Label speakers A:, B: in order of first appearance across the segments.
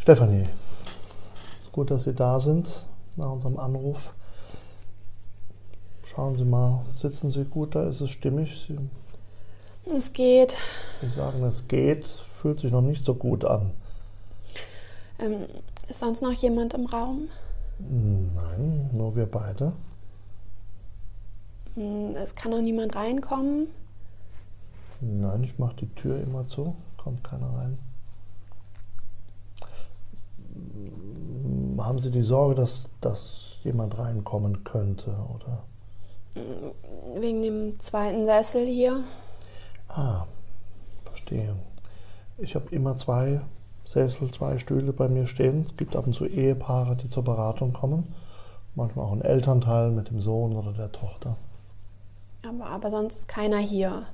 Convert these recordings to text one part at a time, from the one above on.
A: Stefanie, gut, dass Sie da sind nach unserem Anruf. Schauen Sie mal, sitzen Sie gut da? Ist es stimmig? Sie,
B: Es geht.
A: Sie sagen, es geht, fühlt sich noch nicht so gut an.
B: Ähm, ist sonst noch jemand im Raum?
A: Nein, nur wir beide.
B: Hm, Es kann noch niemand reinkommen.
A: Nein, ich mache die Tür immer zu, kommt keiner rein. Haben Sie die Sorge, dass, dass jemand reinkommen könnte, oder?
B: hm, Wegen dem zweiten Sessel hier.
A: Ah, verstehe. Ich habe immer zwei Sessel, zwei Stühle bei mir stehen. Es gibt ab und zu Ehepaare, die zur Beratung kommen. Manchmal auch ein Elternteil mit dem Sohn oder der Tochter.
B: Aber, aber sonst ist keiner hier.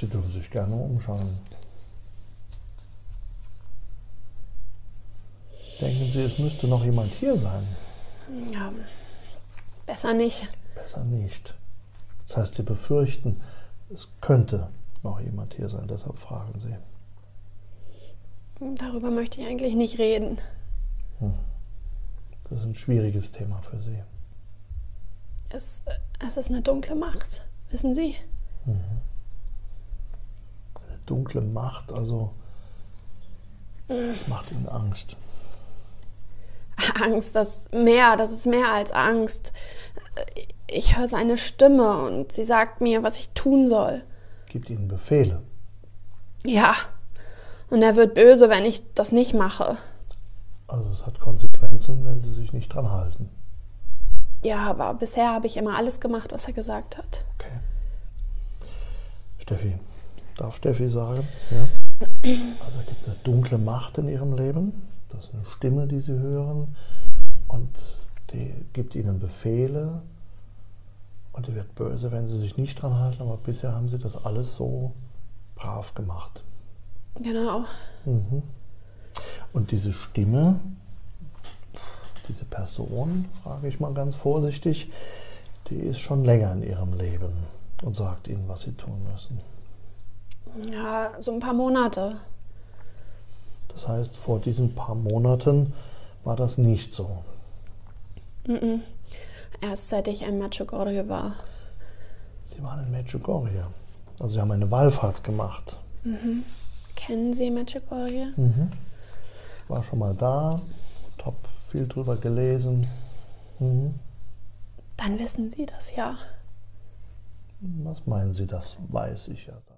A: Sie dürfen sich gerne umschauen. Denken Sie, es müsste noch jemand hier sein?
B: Ja, besser nicht.
A: Besser nicht. Das heißt, Sie befürchten, es könnte noch jemand hier sein, deshalb fragen Sie.
B: Darüber möchte ich eigentlich nicht reden.
A: Das ist ein schwieriges Thema für Sie.
B: Es, es ist eine dunkle Macht, wissen Sie?
A: Eine dunkle Macht, also das macht Ihnen Angst.
B: Angst, das ist mehr, das ist mehr als Angst. Ich höre seine Stimme und sie sagt mir, was ich tun soll.
A: Gibt Ihnen Befehle.
B: Ja. Und er wird böse, wenn ich das nicht mache.
A: Also es hat Konsequenzen, wenn Sie sich nicht dran halten.
B: Ja, aber bisher habe ich immer alles gemacht, was er gesagt hat.
A: Okay. Steffi, darf Steffi sagen? Ja. Also gibt es eine dunkle Macht in ihrem Leben. Das ist eine Stimme, die sie hören. Und die gibt ihnen Befehle. Und die wird böse, wenn sie sich nicht dran halten. Aber bisher haben sie das alles so brav gemacht.
B: Genau.
A: Mhm. Und diese Stimme, diese Person, frage ich mal ganz vorsichtig, die ist schon länger in ihrem Leben und sagt ihnen, was sie tun müssen.
B: Ja, so ein paar Monate.
A: Das heißt, vor diesen paar Monaten war das nicht so.
B: Mhm. Erst seit ich in Machogorje war.
A: Sie waren in Medjugorje. Also sie haben eine Wallfahrt gemacht.
B: Kennen Sie Machogorje?
A: Ich war schon mal da, hab viel drüber gelesen. Mhm.
B: Dann wissen Sie das ja.
A: Was meinen Sie, das weiß ich ja dann.